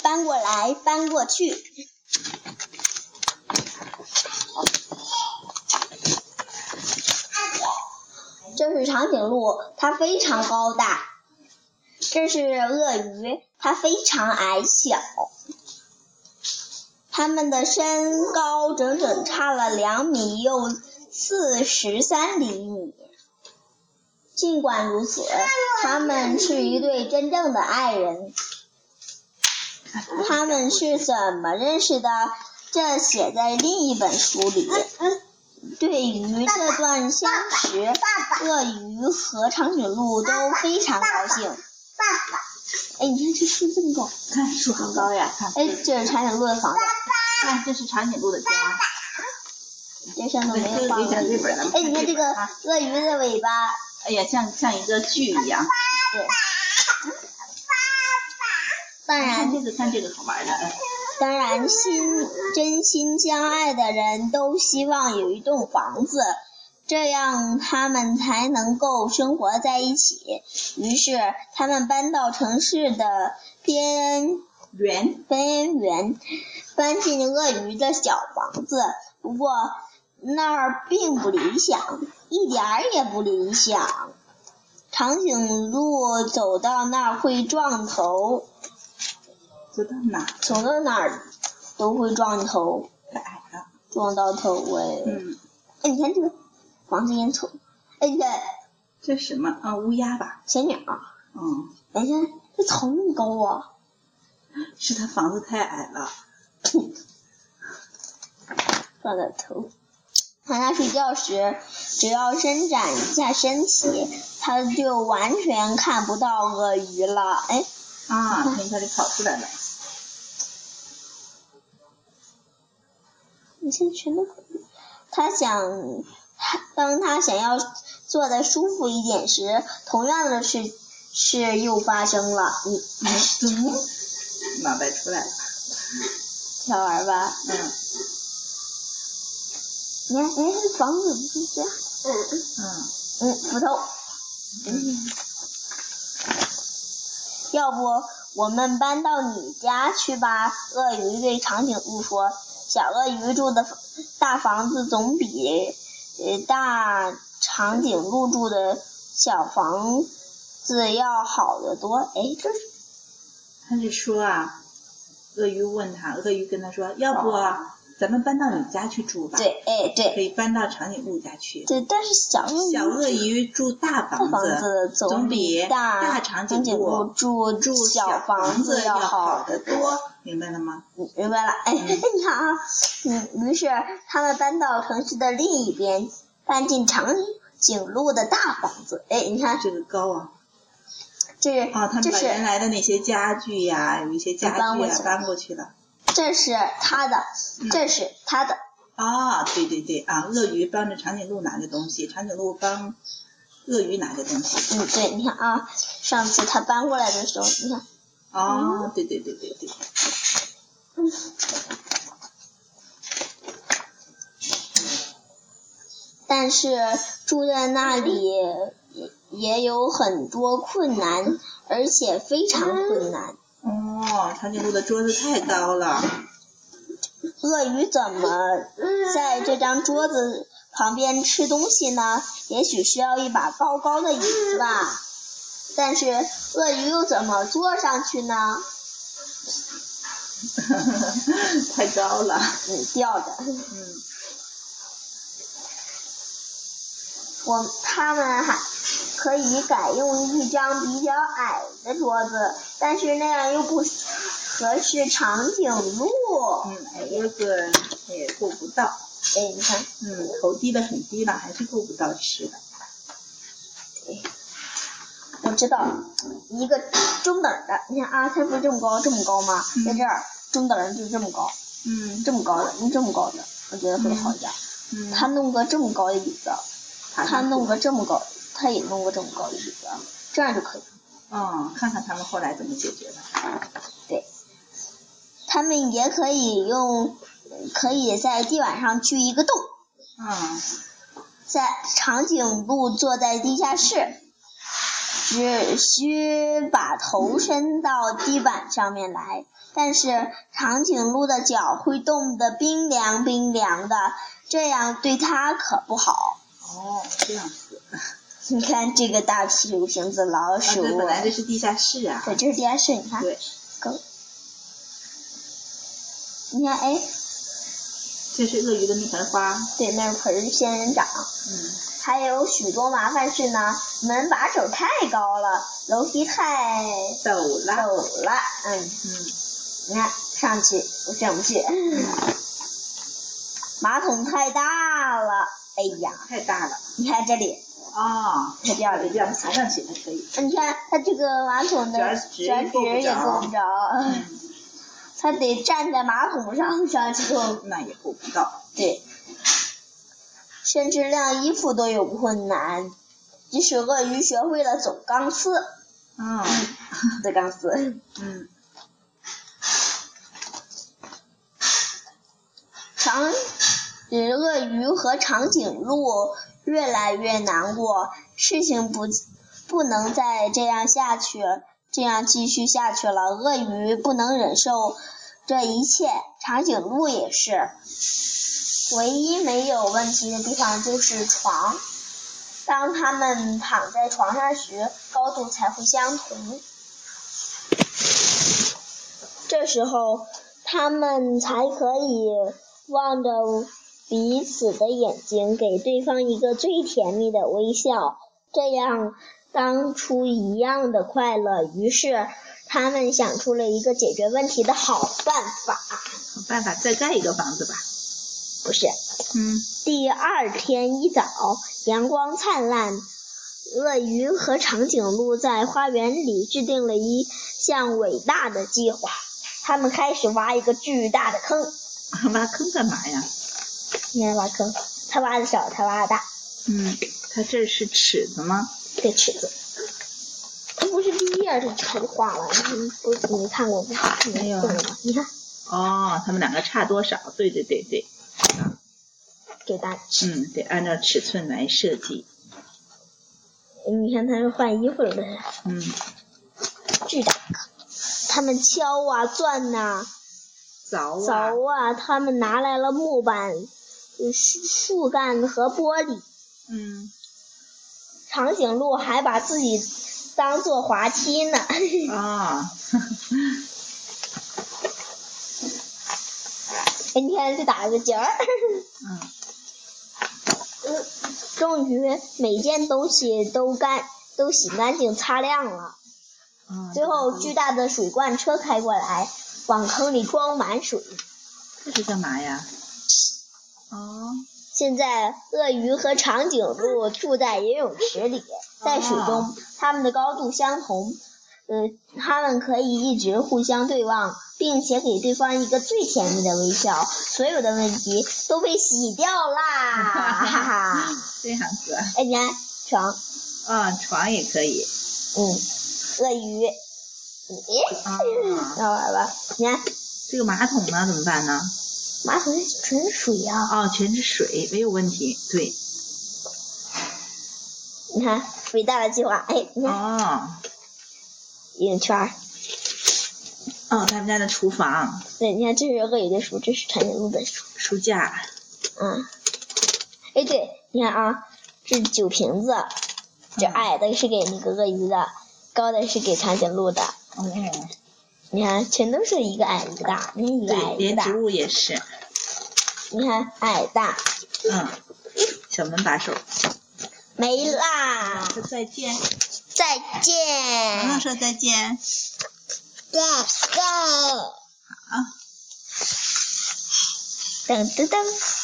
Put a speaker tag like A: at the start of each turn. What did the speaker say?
A: 翻过来翻过去。这是长颈鹿，它非常高大。这是鳄鱼，它非常矮小。它们的身高整整差了两米又四十三厘米。尽管如此，它们是一对真正的爱人。他们是怎么认识的？这写在另一本书里。对于这段相识，鳄鱼和长颈鹿都非常高兴。
B: 爸爸，
A: 哎，你看这树这么高，
C: 看树很高呀，看，
A: 哎，这是长颈鹿的房子，
C: 看这是长颈鹿的家，
A: 这上头
C: 对，
A: 没
C: 这
A: 有
C: 个
A: 放
C: 就
A: 鳄
C: 像这
A: 鱼。
C: 本儿了。
A: 哎，你看这个鳄鱼的尾巴，
C: 哎呀，像像一个剧一样。
A: 对。当
C: 看
A: 然，
C: 这个，看这个好玩的，哎，
A: 当然，心真心相爱的人都希望有一栋房子，这样他们才能够生活在一起。于是，他们搬到城市的边
C: 圆，
A: 边缘，搬进鳄鱼的小房子。不过那儿并不理想，一点儿也不理想。长颈鹿走到那儿会撞头，
C: 走到哪儿
A: 走到哪儿都会撞头，
C: 太矮了。
A: 撞到头喂。
C: 嗯，
A: 哎，你看这个黄色烟囱，哎，你看
C: 这什么啊？乌鸦吧？
A: 小鸟，
C: 嗯，
A: 哎你看这草那么高啊！
C: 是他房子太矮了。
A: 撞个头。当他睡觉时，只要伸展一下身体，他就完全看不到鳄鱼了。哎，
C: 啊，你看这跑出来了。
A: 你这全都可以。他想，他当他想要坐的舒服一点时，同样的事事又发生了。你
C: 嗯，脑袋出来了。
A: 小玩吧，
C: 嗯，
A: 你看，哎，房子不是这样，
C: 嗯，
A: 嗯，斧头。嗯要不我们搬到你家去吧？鳄鱼对长颈鹿说：“小鳄鱼住的大房子总比呃大长颈鹿住的小房子要好得多。”哎，这是
C: 他就说啊，鳄鱼问他，鳄鱼跟他说，要不啊咱们搬到你家去住吧？，
A: 对，哎
C: 可
A: 对
C: 以搬到长颈鹿家去。
A: 对，但嗯是小鳄
C: 小
A: 鱼
C: 鳄鱼住大
A: 大
C: 房
A: 房子
C: 总
A: 比
C: 大
A: 大
C: 长
A: 颈
C: 颈
A: 鹿住
C: 住
A: 小
C: 房
A: 子
C: 要
A: 好
C: 得多，明白了吗？
A: 明白了，哎，哎， 你看啊，嗯，于是他们搬到城市的另一边，搬进长颈鹿的大房子。哎，你看，
C: 这个高啊！
A: 这是、
C: 啊，他
A: 这
C: 们把原
A: 是
C: 来的那些家具呀、有一些家具
A: 搬过去
C: 啊
A: 了
C: 搬过去了。
A: 这是他的，这是他的，
C: 啊，对对对啊，鳄鱼帮着长颈鹿拿个东西，长颈鹿帮鳄鱼拿个东西。
A: 嗯，对，你看啊，上次他搬过来的时候，你看，
C: 啊，
A: 嗯
C: 对对对对对，
A: 但是住在那里也也有很多困难，而且非常困难。
C: 哦，长颈鹿的桌子太高了，
A: 鳄鱼怎么在这张桌子旁边吃东西呢？也许需要一把高高的椅子吧。但是鳄鱼又怎么坐上去呢？
C: 太高了。
A: 嗯，吊着。
C: 嗯，
A: 我他们还可以改用一张比较矮的桌子，但是那样又不合适长颈鹿。
C: 嗯，矮桌子也够不到，
A: 哎，你看，
C: 嗯，头低的很低了，还是够不到吃的。
A: 哎我知道一个中等的，你看啊，它不是这么高，这么高吗？
C: 嗯
A: 在这儿，中等人就这么高。
C: 嗯
A: 这么高的，用这么高的，我觉得会好一点。
C: 嗯，
A: 他弄个这么高的椅子，
C: 爬
A: 他
C: 上去
A: 弄个这么高，他也弄个这么高的椅子，这样就可以。
C: 嗯，看看他们后来怎么解决的。
A: 他们也可以用，可以在地板上锯一个洞，
C: 嗯，
A: 在长颈鹿坐在地下室，只需把头伸到地板上面来。但是长颈鹿的脚会冻得冰凉冰凉的，这样对它可不好。
C: 哦，这样子。
A: 你看这个大屁股型子老
C: 啊，
A: 鼠，
C: 对，本来这是地下室啊。
A: 对，这是地下室，你看，
C: 对，
A: 你看，哎，
C: 这是鳄鱼的那盆花。
A: 对，那是盆仙人掌。
C: 嗯，
A: 还有许多麻烦事呢，门把手太高了，楼梯太
C: 走啦。
A: 陡了，嗯，
C: 嗯，
A: 你看上去我上不去，马桶太大了，哎呀，
C: 太大了。
A: 你看这里，
C: 哦，
A: 它掉了
C: 这样爬上去还可以。
A: 你看它这个马桶的
C: 卷儿
A: 卷
C: 直够不
A: 纸也
C: 着
A: 够不着，
C: 嗯，
A: 它得站在马桶上上去够，
C: 那也够不到。
A: 对，甚至晾衣服都有困难，即使鳄鱼学会了走钢丝，
C: 嗯
A: 走钢丝。
C: 嗯，
A: 长，呃，鳄鱼和长颈鹿越来越难过，事情不不能再这样下去，这样继续下去了，鳄鱼不能忍受这一切，长颈鹿也是。唯一没有问题的地方就是床，当它们躺在床上时，高度才会相同。这时候，他们才可以望着彼此的眼睛，给对方一个最甜蜜的微笑。这样，当初一样的快乐。于是，他们想出了一个解决问题的好办法。
C: 想办法再盖一个房子吧。
A: 不是，
C: 嗯，
A: 第二天一早，阳光灿烂，鳄鱼和长颈鹿在花园里制定了一项伟大的计划。他们开始挖一个巨大的坑。
C: 挖坑干嘛呀？
A: 你看挖坑，他挖的少，他挖的大，
C: 嗯，它这是尺子吗？
A: 这尺子。他不是毕业就开始画了，你不你看过吗？
C: 没有
A: 见过吗？你看，
C: 哦，他们两个差多少？对对对对，
A: 给大家吃。
C: 嗯，得按照尺寸来设计。
A: 你看他是换衣服了，这是。
C: 嗯，
A: 巨大个，他们敲啊钻呐、
C: 凿啊，
A: 凿啊，他们拿来了木板、呃树树干和玻璃。
C: 嗯，
A: 长颈鹿还把自己当做滑梯 呢。
C: 啊、
A: 哎你看，这打了个结儿。
C: 嗯，
A: 终于每件东西都干都洗干净擦亮了。
C: 嗯，
A: 最后，巨大的水罐车开过来，往坑里装满水。
C: 这是干嘛呀？哦，
A: 现在，鳄鱼和长颈鹿住在游泳池里，在水中，它们的高度相同，呃，它们可以一直互相对望，并且给对方一个最甜蜜的微笑。所有的问题都被洗掉啦！
C: 啊
A: 哈哈，
C: 这样子啊，
A: 哎，你看床，
C: 啊、床也可以，
A: 嗯，鳄鱼，咦，
C: 啊、
A: 那玩吧，你看
C: 这个马桶呢怎么办呢？
A: 马桶是纯水啊，
C: 哦，全是水，没有问题。对，
A: 你看伟大的计划，哎，你看
C: 哦，
A: 影圈儿，
C: 哦，他们家的厨房、
A: 对，你看这是鳄鱼的书，这是长颈鹿的书，
C: 书架，
A: 嗯，哎对，你看啊，这是酒瓶子，这
C: 嗯
A: 矮的是给那个鳄鱼的，高的是给长颈鹿的，
C: 哦，
A: 你看全都是一个矮一个大，你看一个矮
C: 对，
A: 一个
C: 连
A: 大
C: 植，物也是，
A: 你看矮大
C: 嗯，小门把手，
A: 没啦，
C: 说再见，
A: 再见
C: 妈说再见，
A: ，Let's go，
C: 啊。
A: 噔噔噔。